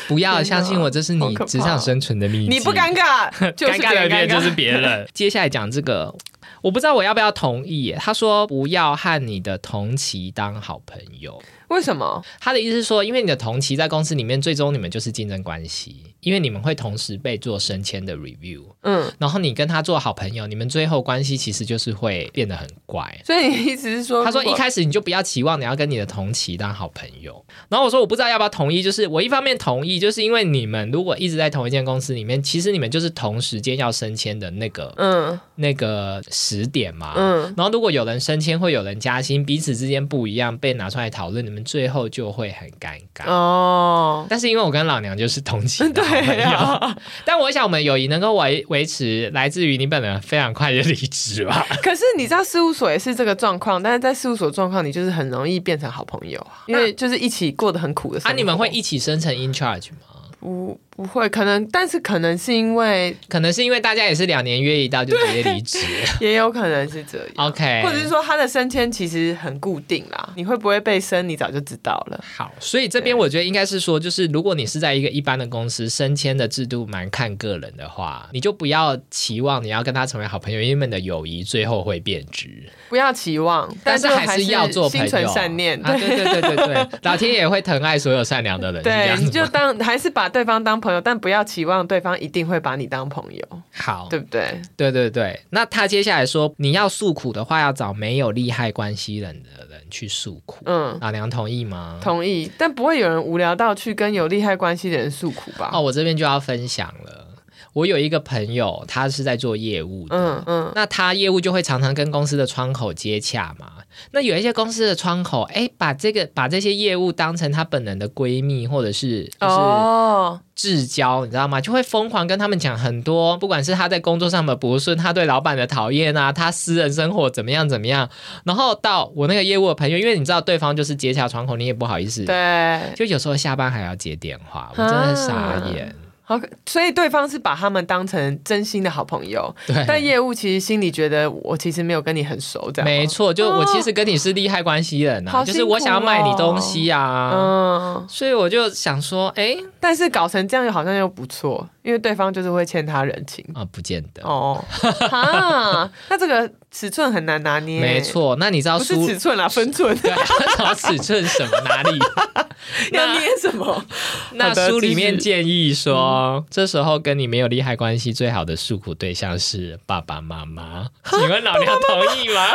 S2: 不要
S1: 天哪
S2: 相信我，这是
S1: 好
S2: 你
S1: 可怕
S2: 职场生存的秘籍。
S1: 你不尴尬，就是
S2: 尴尬
S1: 别人
S2: 的人
S1: 尴
S2: 就是别人。 (laughs) 接下来讲这个，我不知道我要不要同意耶。他说不要和你的同期当好朋友。
S1: 为什么？
S2: 他的意思是说，因为你的同期在公司里面，最终你们就是竞争关系，因为你们会同时被做升迁的 review，
S1: 嗯，
S2: 然后你跟他做好朋友，你们最后关系其实就是会变得很怪。
S1: 所以你意思是说，
S2: 他说
S1: 如
S2: 一
S1: 果
S2: 开始你就不要期望你要跟你的同期当好朋友。然后我说我不知道要不要同意，就是我一方面同意，就是因为你们如果一直在同一间公司里面，其实你们就是同时间要升迁的那个
S1: 嗯
S2: 那个时点嘛。
S1: 嗯
S2: 然后如果有人升迁，会有人加薪，彼此之间不一样，被拿出来讨论，你们最后就会很尴尬。 (laughs)
S1: 哦，
S2: 但是因为我跟老娘就是同期 (laughs) 的好朋
S1: 对
S2: 友，
S1: 呀，
S2: 但我想我们友谊能够维维持，来自于你本人非常快就离职吧。
S1: 可是你知道事务所也是这个状况，但是在事务所状况，你就是很容易变成好朋友啊，因为就是一起过得很苦的生活。
S2: (laughs) 啊，你们会一起生成 in charge 吗？
S1: 不不会？可能，但是可能是因为
S2: 可能是因为大家也是两年约一到就直接离职。
S1: 也有可能是这样。
S2: OK，
S1: 或者是说他的升迁其实很固定啦，你会不会被升，你早就知道了。
S2: 好，所以这边我觉得应该是说，就是如果你是在一个一般的公司，升迁的制度蛮看个人的话，你就不要期望你要跟他成为好朋友，因为你们的友谊最后会变质。
S1: 不要期望，
S2: 但
S1: 是
S2: 是还
S1: 是
S2: 要做朋友，
S1: 心存善念，
S2: 啊，对对对对
S1: (laughs)
S2: 对，老天爷会疼爱所有善良的人，是这
S1: 对，
S2: 样
S1: 你
S2: 子
S1: 就
S2: 吗。
S1: 当还是把对方当朋友，但不要期望对方一定会把你当朋友，
S2: (laughs) 好，
S1: 对不对？
S2: 对对对，那他接下来说，你要诉苦的话，要找没有利害关系人的人去诉苦。
S1: 嗯，
S2: 老娘同意吗？
S1: 同意，但不会有人无聊到去跟有利害关系的人诉苦吧？
S2: 哦，我这边就要分享了。我有一个朋友，他是在做业务的，
S1: 嗯嗯，
S2: 那他业务就会常常跟公司的窗口接洽嘛。那有一些公司的窗口，哎，把这个把这些业务当成她本人的闺蜜或者是就是
S1: 哦，
S2: 至交，你知道吗？就会疯狂跟他们讲很多，不管是他在工作上的不顺，他对老板的讨厌啊，他私人生活怎么样怎么样。然后到我那个业务的朋友，因为你知道对方就是接洽窗口，你也不好意思，
S1: 对，啊
S2: 就有时候下班还要接电话，我真的傻眼。
S1: 好，所以对方是把他们当成真心的好朋友，
S2: 对，
S1: 但业务其实心里觉得我其实没有跟你很熟，这样吗
S2: 没，错，就我其实跟你是利害关系人啊，
S1: 哦好
S2: 就
S1: 辛苦哦
S2: 是我想要卖你东西啊，
S1: 嗯，
S2: 所以我就想说，哎、
S1: 但是搞成这样又好像又不错，因为对方就是会欠他人情。
S2: 啊、不见得， (laughs)
S1: 哦，啊，那这个尺寸很难拿捏，
S2: 没，错。那你知道
S1: 不是
S2: 书
S1: 尺寸啦，分寸
S2: 对啊，找尺寸什么哪里？
S1: 要
S2: (laughs) 那
S1: 捏什么？
S2: (laughs) 那嗯
S1: 好的
S2: 书里
S1: 继续
S2: 面建议说，这时候跟你没有利害关系，最好的诉苦对象是爸爸妈妈。 (laughs) 请问老娘同意 (laughs) 吗？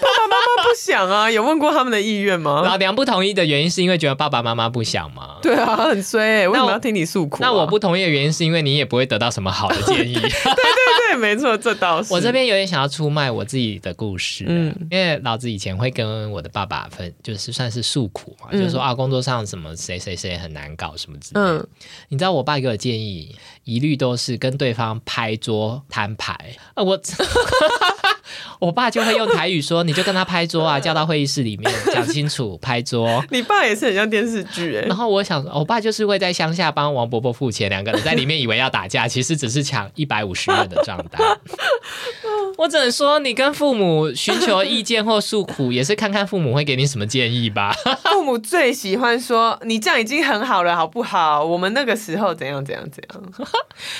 S1: 他不想啊，有问过他们的意愿吗？
S2: 老娘不同意的原因是因为觉得爸爸妈妈不想吗？
S1: 对啊，很衰、欸，为什
S2: 我
S1: 么要听你诉苦啊、
S2: 那我不同意的原因是因为你也不会得到什么好的建议。
S1: 对对，没错，这倒是。
S2: 我这边有点想要出卖我自己的故事，啊
S1: 嗯
S2: 因为老子以前会跟我的爸爸分，就是算是诉苦嘛，
S1: 嗯
S2: 就是说啊，工作上什么谁谁谁很难搞什么之类的。
S1: 嗯，
S2: 你知道我爸给我建议，一律都是跟对方拍桌摊牌。啊，我 (laughs) 我爸就会用台语说，你就跟他拍桌
S1: 嗯
S2: 啊，叫到会议室里面讲清楚拍桌。
S1: 你爸也是很像电视剧哎、
S2: (laughs) 然后我想，我爸就是会在乡下帮王伯伯付钱，两个人在里面以为要打 (laughs) 架，其实只是抢一百五十元的账单。 (laughs) 我只能说，你跟父母寻求意见或诉苦，也是看看父母会给你什么建议 (laughs) 吧。
S1: (laughs) 父母最喜欢说你这样已经很好了，好不好？我们那个时候怎样怎样怎样。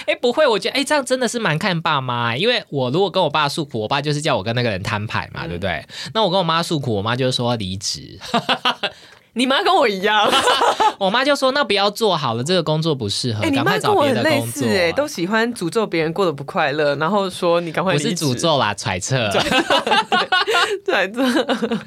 S2: 哎、不会，我觉得哎、这样真的是蛮看爸妈、因为我如果跟我爸诉苦，我爸就是叫我跟那个人摊牌嘛，对不对？那我跟我妈诉苦，我妈就说离职，
S1: 你妈跟我一样，
S2: (laughs) 我妈就说那不要做好了，这个工作不适合，
S1: 哎、你
S2: 赶
S1: 妈
S2: 快
S1: 跟
S2: 找
S1: 我
S2: 别
S1: 很
S2: 的
S1: 类
S2: 工
S1: 似
S2: 作。啊
S1: 哎、都喜欢诅咒别人过得不快乐，然后说你赶快
S2: 不
S1: 离职。
S2: 是诅，咒啦，揣 (laughs) 测。
S1: (laughs) 对，这 (laughs)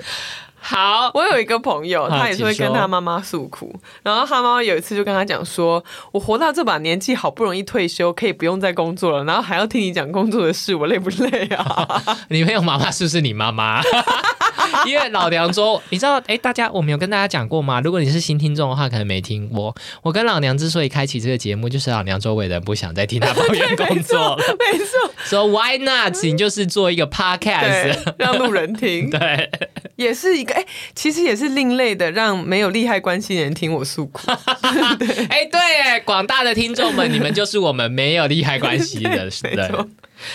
S2: 好，
S1: 我有一个朋友，
S2: 啊
S1: 他也是会
S2: 请
S1: 跟
S2: 说
S1: 他妈妈诉苦，然后他妈妈有一次就跟他讲说：“我活到这把年纪，好不容易退休，可以不用再工作了，然后还要听你讲工作的事，我累不累啊
S2: 你没有妈妈是不是你妈妈？ (laughs) 因为老娘说，你知道，哎、大家我们有跟大家讲过吗？如果你是新听众的话，可能没听过。我跟老娘之所以开启这个节目，就是老娘周围人不想再听她抱怨工
S1: (laughs)
S2: 作？”了， (laughs)
S1: 没错，
S2: 说 Why not？你就是做一个 podcast，
S1: 对，让路人听
S2: (laughs) 对
S1: 也是一个哎、其实也是另类的，让没有利害关系的人听我诉
S2: (laughs)
S1: 苦。
S2: 哎、对耶，广大的听众们，你们就是我们没有利害关
S1: (laughs)
S2: 系的
S1: 没错
S2: 人。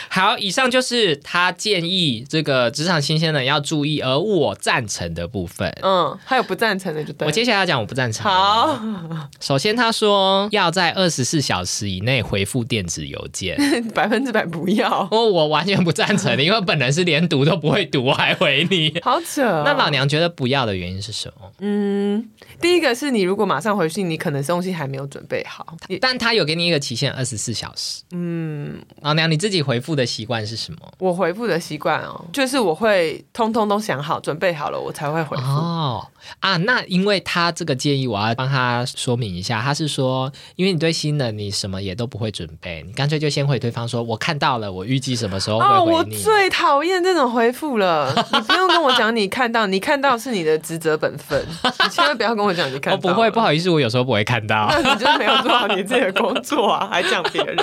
S2: 好，以上就是他建议这个职场新鲜人要注意，而我赞成的部分。
S1: 嗯，还有不赞成的就对了。
S2: 我接下来要讲我不赞成的。
S1: 好， (laughs)
S2: 首先，他说要在二十四小时以内回复电子邮件， (laughs)
S1: 百分之百不要， (laughs)
S2: 哦，我完全不赞成的，因为本人是连读都不会读，我还回
S1: (laughs)
S2: 你。
S1: 好扯哦、
S2: 那老娘觉得不要的原因是什么？
S1: 嗯，第一个是你如果马上回信，你可能东西还没有准备好。也
S2: 但他有给你一个期限，二十四小时。
S1: 嗯，
S2: 老娘你自己回复的习惯是什么？
S1: 我回复的习惯哦，就是我会通通都想好，准备好了我才会回复。
S2: 哦啊，那因为他这个建议，我要帮他说明一下。他是说，因为你对新人你什么也都不会准备，你干脆就先回对方说，我看到了，我预计什么时候
S1: 哦，
S2: 会
S1: 我
S2: 回你。
S1: 最讨厌这种回复了。 (laughs) 你不用跟我讲你看到，你看到是你的职责本分，你千万不要跟我讲你看
S2: 我
S1: 到。
S2: 哦不 (laughs) 会，不，好意思，我有时候不会看到。
S1: 那 (laughs) 你就是没有做好你自己的工作啊，还讲别
S2: (laughs)
S1: 人。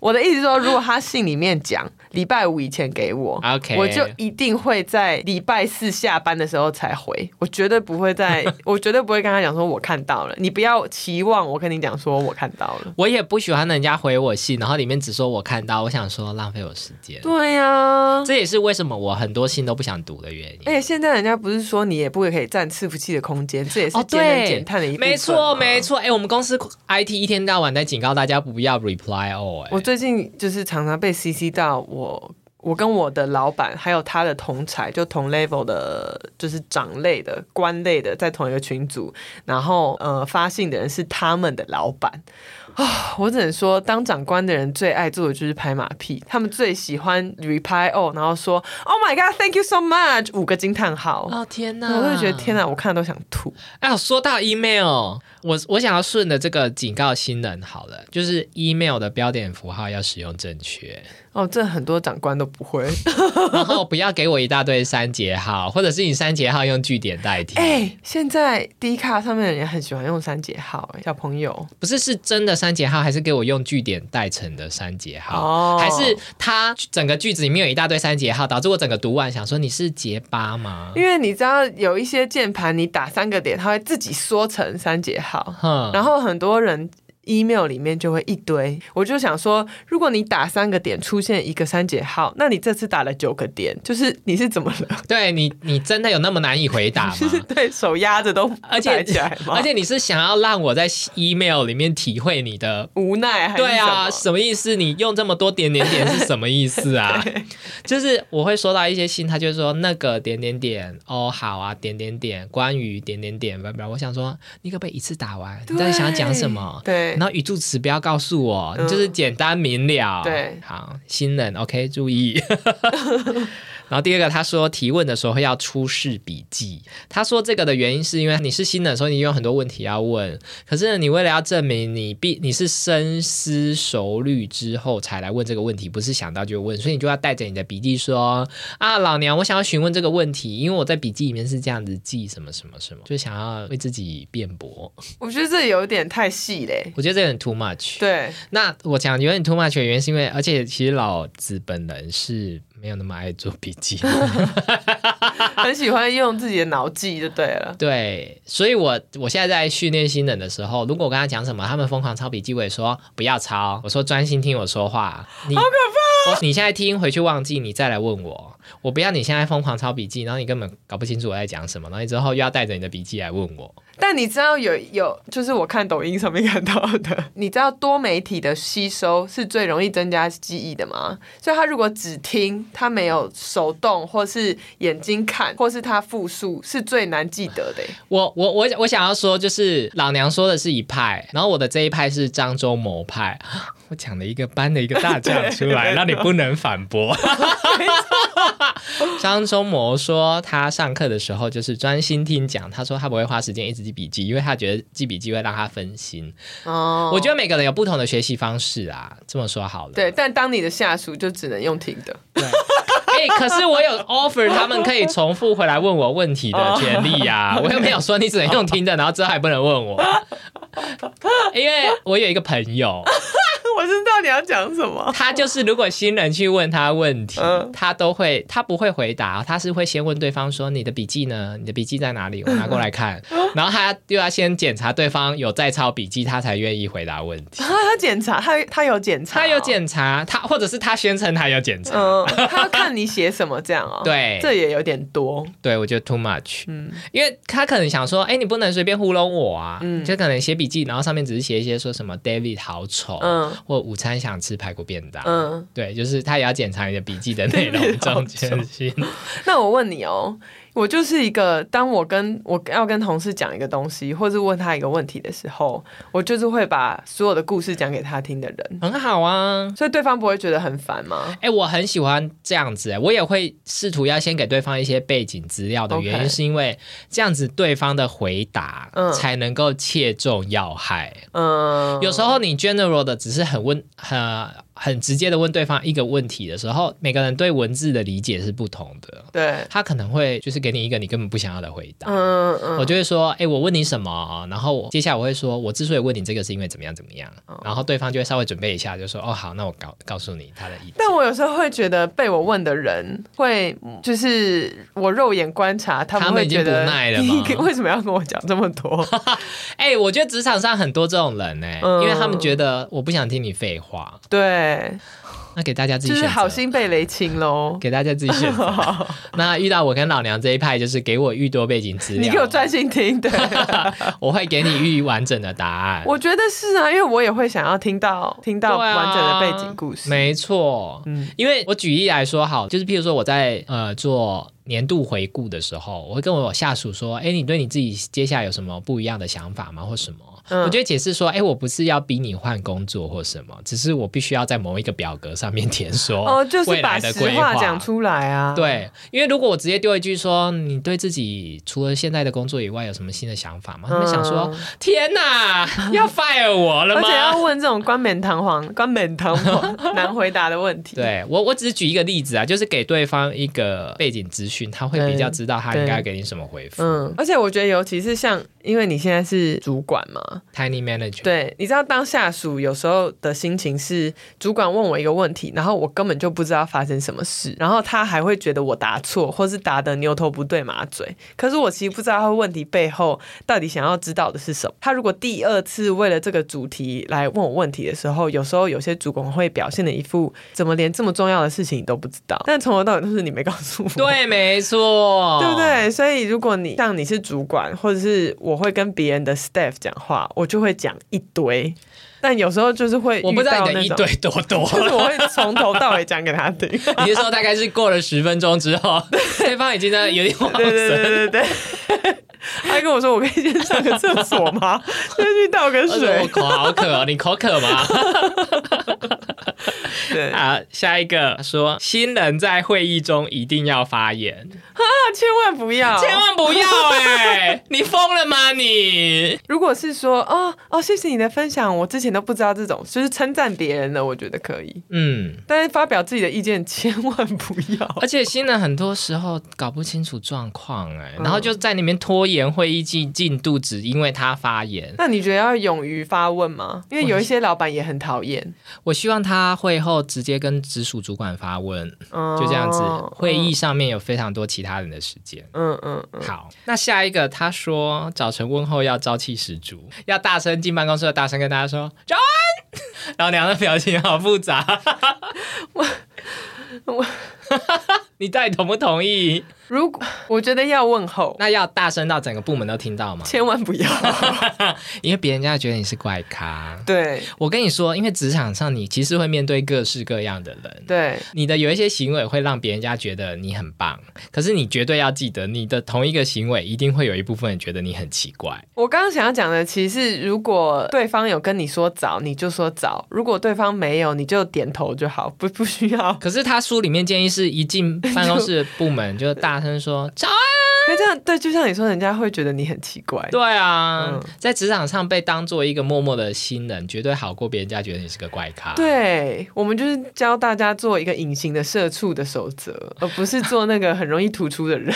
S1: 我的意思是说，如果他信里面讲礼拜五以前给我
S2: OK
S1: 我就一定会在礼拜四下班的时候才回，我绝对不会
S2: (laughs)
S1: 在，我绝对不会跟他讲说我看到了，你不要期望我跟你讲说我看到了。
S2: 我也不喜欢人家回我信，然后里面只说我看到，我想说浪费我时间。
S1: 对呀、
S2: 这也是为什么我很多信都不想读的原因。
S1: 而且哎现在人家不是说你也不可以占伺服器的空间，这也是
S2: 哦，
S1: 节能
S2: 对，
S1: 减碳的一部分、
S2: 没错，没。错。哎，我们公司 IT 一天到晚在警告大家不要 reply all，哎
S1: 我，最近就是常常被 CC 到我，我跟我的老板还有他的同才，就同 level 的，就是长类的、官类的，在同一个群组，然后呃，发信的人是他们的老板，我只能说，当长官的人最爱做的就是拍马屁，他们最喜欢 reply oh，然后说 Oh my God，Thank you so much，五个惊叹号。
S2: 哦天哪！
S1: 我就觉得天哪，我看了都想吐。
S2: 哎、说到 email，我我想要顺着这个警告新人好了，就是 email 的标点符号要使用正确，
S1: 哦，这很多长官都不会。
S2: 然后不要给我一大堆三节号，或者是你三节号用句点代替。
S1: 哎、现在 D 卡上面的人很喜欢用三节号、哎，小朋友。
S2: 不是是真的三节号，还是给我用句点代成的三节号？
S1: 哦
S2: 还是他整个句子里面有一大堆三节号，导致我整个读完想说你是结巴吗？
S1: 因为你知道有一些键盘，你打三个点，它会自己缩成三节号。
S2: 哼，
S1: 然后很多人 email 里面就会一堆，我就想说，如果你打三个点出现一个三节号，那你这次打了九个点，就是你是怎么
S2: (laughs)
S1: 了？
S2: 对你，你真的有那么难以回答吗？
S1: (laughs) 就是对手压着都
S2: 嗯而且
S1: 抬起来吗？
S2: (laughs) 而且你是想要让我在 email 里面体会你的。
S1: 无奈还是
S2: 对啊，
S1: 什么
S2: 什么意思？你用这么多点点点是什么意
S1: (laughs)
S2: 思啊？就是我会收到一些信，他就说那个点点点哦，好啊，点点点，关于点点点，不不，我想说你可不可以一次打完？你到底想要讲什么？
S1: 对
S2: 然，后语助词不要告诉我，
S1: 嗯
S2: 你就是简单明了。
S1: 对
S2: 好，新人 OK
S1: (laughs)
S2: 注意。然后第二个，他说提问的时候要出示笔记。他说这个的原因是因为你是新人的时候，你有很多问题要问，可是你为了要证明你必你是深思熟虑之后才来问这个问题，不是想到就问，所以你就要带着你的笔记说啊，老娘我想要询问这个问题，因为我在笔记里面是这样子记什么什么什么，就想要为自己辩驳。
S1: 我觉得这有点太细嘞。
S2: 我觉得这有点 too much。
S1: 对，
S2: 那我讲有点 too much 的原因是因为，而且其实老子本人是没有那么爱做笔 (laughs) 记，
S1: 很喜欢用自己的脑记就对了。
S2: 对，所以我我现在在训练新人的时候，如果我跟他讲什么，他们疯狂抄笔记，我也说不要抄，我说专心听我说话，你好可怕、你现在听回去忘记，你再来问我，我不要你现在疯狂抄笔记，然后你根本搞不清楚我在讲什么，然后你之后又要带着你的笔记来问我，
S1: 但你知道有有，就是我看抖音上面看到的， (laughs) 你知道多媒体的吸收是最容易增加记忆的吗？所以他如果只听，他没有手动或是眼睛看，或是他复述，是最难记得的耶。
S2: 我我我我想要说，就是老娘说的是一派，然后我的这一派是漳州某派。啊我讲了一个搬了一个大将出来，
S1: 对
S2: 让你不能反驳。张忠谋说，他上课的时候就是专心听讲。他说他不会花时间一直记笔记，因为他觉得记笔记会让他分心。
S1: (laughs) 哦
S2: 我觉得每个人有不同的学习方式啊，这么说好了。
S1: 对，但当你的下属就只能用听的。
S2: (laughs) 对，哎、可是我有 offer 他们可以重复回来问我问题的
S1: 哦
S2: 权利呀、
S1: (laughs)
S2: 我又没有说你只能用听的，然后之后还不能问我，因为我有一个朋
S1: (laughs)
S2: 友，
S1: 我知道你要讲什么。
S2: 他就是如果新人去问他问题
S1: 嗯，
S2: 他都会他不会回答，他是会先问对方说你的笔记呢？你的笔记在哪里？我拿过
S1: (laughs)
S2: 来看，
S1: 嗯
S2: 然后他又要先检查对方有在抄笔记，他才愿意回答问
S1: (laughs)
S2: 题。
S1: 他他检查，他他有检查哦、
S2: 他有检查，他或者是他宣称他有检查，
S1: 嗯，他要看你写什么这样 (laughs) 哦。
S2: 对
S1: 这也有点多。
S2: 对，我觉得 too much，
S1: 嗯
S2: 因为他可能想说，哎、你不能随便糊弄我啊，
S1: 嗯
S2: 就可能写笔记，然后上面只是写一些说什么 David 好丑，
S1: 嗯
S2: 或午餐想吃排骨便当，
S1: 嗯。
S2: 对，就是他也要检查你的笔记的内容
S1: David 好
S2: 正
S1: 丑 (laughs)
S2: 确性。
S1: 那我问你哦，我就是一个，当我跟我要跟同事讲一个东西，或是问他一个问题的时候，我就是会把所有的故事讲给他听的人，
S2: 很好啊。
S1: 所以对方不会觉得很烦吗？
S2: 哎、我很喜欢这样子、哎我也会试图要先给对方一些背景资料的
S1: OK
S2: 原因是因为这样子对方的回答
S1: 嗯
S2: 才能够切中要害。
S1: 嗯，
S2: 有时候你 general 的只是很问很很直接的问对方一个问题的时候，每个人对文字的理解是不同的，
S1: 对，
S2: 他可能会就是给你一个你根本不想要的回答。
S1: 嗯嗯，
S2: 我就会说，哎、我问你什么？然后我接下来我会说，我之所以问你这个是因为怎么样怎么样，
S1: 哦
S2: 然后对方就会稍微准备一下，就说，哦，好，那我告告诉你他的
S1: (laughs)
S2: 意见。
S1: 但我有时候会觉得被我问的人会，就是我肉眼观察，他
S2: 他们
S1: 会
S2: 已经
S1: 觉得
S2: 不耐了
S1: 你
S2: 吗
S1: 为什么要跟我讲这么
S2: (laughs)
S1: 多？
S2: 哎、我觉得职场上很多这种人呢、
S1: 嗯
S2: 因为他们觉得我不想听你废话，
S1: 对，
S2: 那给大家自己
S1: 就
S2: 选
S1: 是
S2: 择。
S1: 好心被雷清喽。
S2: 给大家自己选择。
S1: (laughs)
S2: 那遇到我跟老娘这一派，就是给我愈多背景资料，
S1: 你给我专心听，对。
S2: (laughs) 我会给你愈完整的答案。
S1: 我觉得是啊，因为我也会想要听到听到
S2: 对啊
S1: 完整的背景故事。
S2: 没错，
S1: 嗯
S2: 因为我举例来说好，就是譬如说我在呃做年度回顾的时候，我会跟我下属说，哎，你对你自己接下来有什么不一样的想法吗，或什么？
S1: 嗯
S2: 我就会解释说，哎、我不是要逼你换工作或什么，只是我必须要在某一个表格上面填说
S1: 哦，就是
S2: 未
S1: 把
S2: 来的
S1: 实
S2: 规
S1: 话
S2: 划
S1: 讲出来啊。，
S2: 对，因为如果我直接丢一句说你对自己除了现在的工作以外有什么新的想法
S1: 嗯
S2: 吗？他们想说、天哪，
S1: (laughs)
S2: 要 fire 我了
S1: 而且要
S2: 吗？
S1: 问这种冠冕堂
S2: (laughs)
S1: 皇、冠冕堂皇难回答的问题。，
S2: 对我，我只是举一个例子啊，就是给对方一个背景资讯，他会比较知道他应该给你什么回复。
S1: 嗯，而且我觉得尤其是像，因为你现在是主管嘛，
S2: Tiny manager，
S1: 对，你知道当下属有时候的心情是，主管问我一个问题，然后我根本就不知道发生什么事，然后他还会觉得我答错，或是答的牛头不对马嘴。可是我其实不知道他问题背后到底想要知道的是什么。他如果第二次为了这个主题来问我问题的时候，有时候有些主管会表现的一副怎么连这么重要的事情你都不知道，但从头到尾都是你没告诉我。
S2: 对，没错，
S1: 对不？对？所以如果你像你是主管，或者是我会跟别人的 staff 讲话，我就会讲一堆，但有时候就是会
S2: 我不知道你
S1: 遇到
S2: 的
S1: 那
S2: 一
S1: 种，
S2: 堆多
S1: (laughs)
S2: 多，
S1: 就是我会从头到尾讲给他
S2: (laughs)
S1: 听。
S2: 你是说大概是过了十分钟之后，对方已经在有点忘
S1: 对对
S2: 神，
S1: 对对对。
S2: (laughs)
S1: 他跟我说：“我可以先上个厕所吗？先去倒个
S2: 而且我
S1: 水。
S2: 口好渴哦，你口渴吗？”
S1: 对啊，
S2: (laughs) 好，下一个说新人在会议中一定要发言，
S1: 千万不要，
S2: 千万不要哎、你疯了吗你？
S1: 如果是说哦哦，谢谢你的分享，我之前都不知道这种，就是称赞别人的，我觉得可以，
S2: 嗯，
S1: 但是发表自己的意见千万不要。
S2: 而且新人很多时候搞不清楚状况哎、
S1: 嗯
S2: 然后就在里面拖延会议进进度，只因为他发言。
S1: (laughs) 那你觉得要勇于发问吗？因为有一些老板也很讨厌，
S2: 我希望他会后直接跟直属主管发问，
S1: 就
S2: (laughs) 就这样子。
S1: 哦
S2: 会议上面有非常多其他人的时间。
S1: 嗯嗯嗯，
S2: 好，那下一个他说早晨问候要朝气十足，要大声进办公室，要大声跟大家说早安。 (laughs) 老娘的表情好复杂， (laughs)
S1: 我
S2: 你到底同不同意？
S1: 如果我觉得要问候，
S2: 那要大声到整个部门都听到吗？
S1: 千万不
S2: (laughs)
S1: 要。
S2: 因为别人家觉得你是怪咖。
S1: 对
S2: 我跟你说，因为职场上你其实会面对各式各样的人，
S1: 对，
S2: 你的有一些行为会让别人家觉得你很棒，可是你绝对要记得，你的同一个行为一定会有一部分人觉得你很奇怪。
S1: 我刚刚想要讲的其实是，如果对方有跟你说早，你就说早；如果对方没有，你就点头就好，不不需要。 (laughs)
S2: 可是他书里面建议是一进办公室部门就大声说
S1: (laughs)
S2: 早安。
S1: 那这样对，就像你说，人家会觉得你很奇怪。
S2: 对啊，
S1: 嗯
S2: 在职场上被当做一个默默的新人，绝对好过别人家觉得你是个怪咖。，
S1: 对，我们就是教大家做一个隐形的社畜的守则，而不是做那个很容易突出
S2: (laughs)
S1: 的人。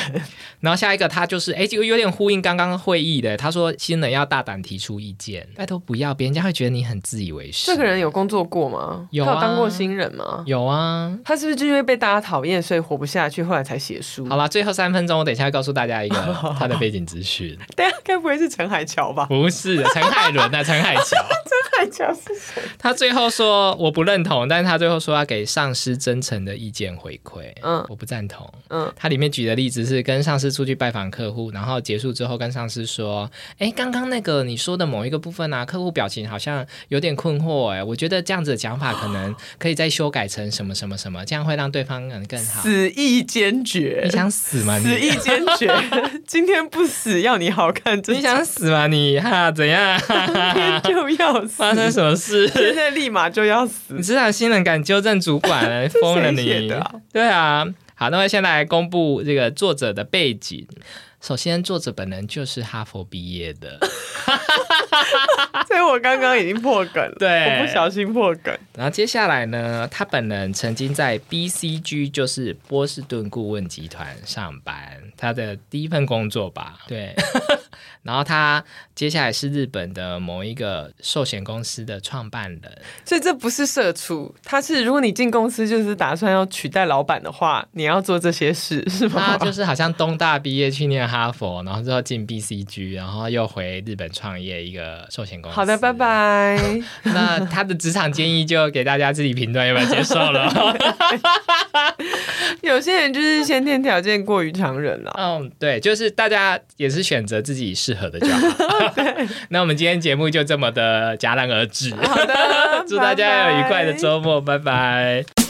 S2: 然后下一个他就是哎，就有点呼应刚刚会议的，他说新人要大胆提出意见，拜托不要，别人家会觉得你很自以为是。
S1: 这个人有工作过吗？
S2: 有
S1: 他
S2: 啊
S1: 有当过新人吗？
S2: 有啊。
S1: 他是不是就因为被大家讨厌，所以活不下去，后来才写书？
S2: 好啦，最后三分钟，我等一下会告诉大家一个
S1: (laughs)
S2: 他的背景资讯。
S1: 对啊，该不会是陈海桥吧？
S2: 不是的陈海伦啊，陈海乔，
S1: 陈海桥是谁？
S2: 他最后说我不认同，但是他最后说要给上司真诚的意见回馈。
S1: 嗯
S2: 我不赞同。
S1: 嗯，
S2: 他里面举的例子是跟上司出去拜访客户，然后结束之后跟上司说：“哎，刚刚那个你说的某一个部分啊，客户表情好像有点困惑，哎，我觉得这样子的讲法可能可以再修改成什么什么什么，这样会让对方可能更好。”
S1: 死意坚决
S2: 你，想死吗你？
S1: 死意坚决， (laughs) 今天不死要你好看，真
S2: 你
S1: (laughs)
S2: 想死吗你？哈，怎样？
S1: 今天就要死，
S2: 发生什么事？
S1: 现在立马就要死 (laughs)
S2: 你。知道新人敢纠正主管了，疯了
S1: 谁写
S2: 你
S1: 的啊！
S2: 对啊，好，那我现在来公布这个作者的背景。首先，作者本人就是哈佛毕业
S1: (laughs)
S2: 的，
S1: 所以我刚刚已经破梗了，
S2: 对
S1: 我不小心破梗。
S2: 然后接下来呢，他本人曾经在 BCG，就是波士顿顾问集团上班，他的第一份工作吧。
S1: (laughs)
S2: 对，然后他接下来是日本的某一个寿险公司的创办人，
S1: 所以这不是社畜，他是如果你进公司就是打算要取代老板的话，你要做这些事是
S2: 他
S1: 吗？
S2: 就是好像东大毕业去念哈佛，然后之后进 BCG，然后又回日本创业一个寿险公司。
S1: 好的，拜。拜。 (laughs)
S2: 那他的职场建议就给大家自己评断要不要接受
S1: (laughs)
S2: 了。
S1: 有些人就是先天条件过于常人啦。
S2: 嗯，对，就是大家也是选择自己适合的就
S1: (laughs)
S2: 好。那我们今天节
S1: (laughs)
S2: 目就这么的戛然而止，
S1: 好的
S2: (laughs) ，祝大家有愉快的
S1: 拜拜
S2: 周末，拜拜